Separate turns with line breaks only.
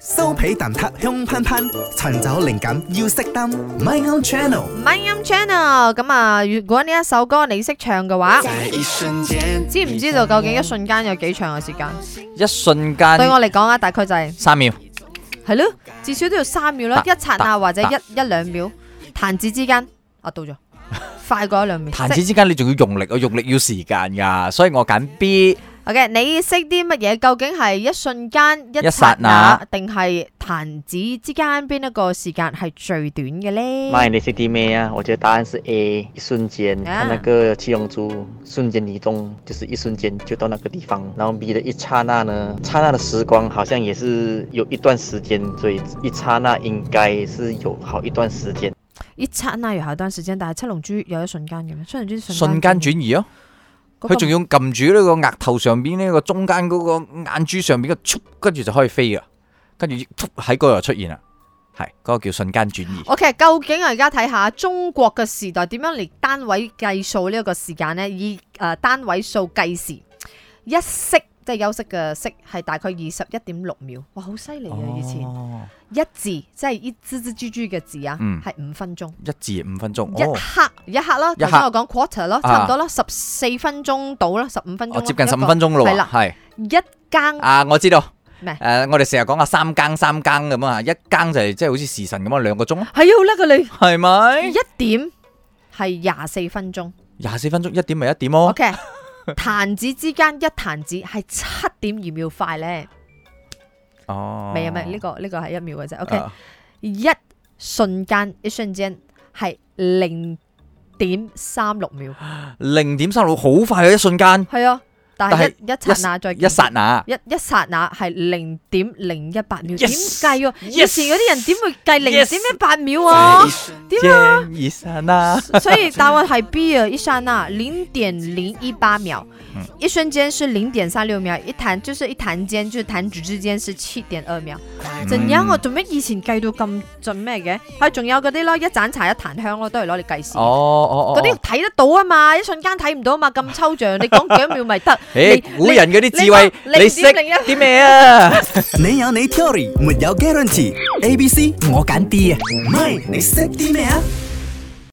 酥皮蛋撻香噴噴，尋找靈感要熄燈。My own channel。
My Own Channel 咁啊，如果呢一首歌你識唱嘅話，
在一瞬間，
知唔知道究竟一瞬間有幾長嘅時間？
一瞬間
對我嚟講啊，大概就係
三秒，
係咯，至少都要三秒啦，一
嗯得
剎那或者一一兩秒，彈指之間啊， 到咗，快過一兩秒。
彈
即
指之間你仲要用力，我用力要時間㗎，所以我揀 B。
OK，你識啲乜嘢？究竟係一瞬間、一
一
剎
剎
那
那，
定係彈指之間邊一個時間係最短嘅呢？
卖你 C D 妹啊！我觉得答案是 A，一瞬间，
啊
看那个七龙珠瞬间移动，就是一瞬间就到那个地方。然后 B 的一刹那呢，刹那的时光好像也是有一段时间，所以一刹那应该是有好一段时间。
一剎那又係一段時間，但係七龍珠有一瞬間嘅咩？七龍珠
瞬間轉移咯，
嗰個
佢仲要撳住呢個額頭上邊呢個中間嗰個眼珠上邊嘅觸，跟住就可以飛啊，跟住觸喺嗰度出現啦，係嗰個叫瞬間轉移。
OK，究竟我啊而家睇下中國嘅時代點樣嚟單位計數呢一個時間呢？以誒、呃、單位數計時，一息即係休息嘅息係大概二十一點六秒，哇，好犀利啊！以前、
哦
一字即係一吱吱豬豬嘅字啊，
嗯
係五分鐘。
一至五分鐘，
一
哦
刻一刻咯，
一刻
頭先我講 quarter 咯，
啊
差唔多咯，十四分鐘到啦，十五分鐘
我
咯。
接近十五分鐘咯
係啦
喎，係
一個，一更
啊，我知道。
咩
誒、我哋成日講啊，三更三更咁啊，一更就係即係好似時辰咁啊，兩個鐘
係
咯，
啊，好叻㗎
係
你。
咪？
一點係廿四分鐘。
廿四分鐘一點咪一點咯，
OK，彈指之間一彈指係七點二秒快咧，
哦，
未啊未？呢個呢個係一秒嘅啫。OK，
啊
一瞬間一瞬間係零點三六秒，
零點三六好快啊，一瞬間，
係啊，但係一一剎那再
一剎那，
一一剎那係零點零一八秒，點
Yes！
計喎？以
Yes！
前嗰啲人點會計零
Yes！
點一八秒
哎
啊？點啊？
一剎 那，
所以答案係 B 啊，一剎那零點零一八秒，一瞬間是零點三六秒，一彈就是一彈間，就是彈指之間是七點二秒。陣間我做咩以前計到咁準咩嘅？係仲有嗰啲咯，一盞茶一彈香咯，都係攞嚟計時。
哦哦哦，？
嗰啲睇得到啊嘛，一瞬間睇唔到啊嘛，咁抽象，你講幾多秒咪得
誒，哎古人嗰啲智慧，
你
你識啲咩啊？
你有你 theory，沒有 guarantee。A、B、C 我揀 D 啊。咪你識啲咩啊？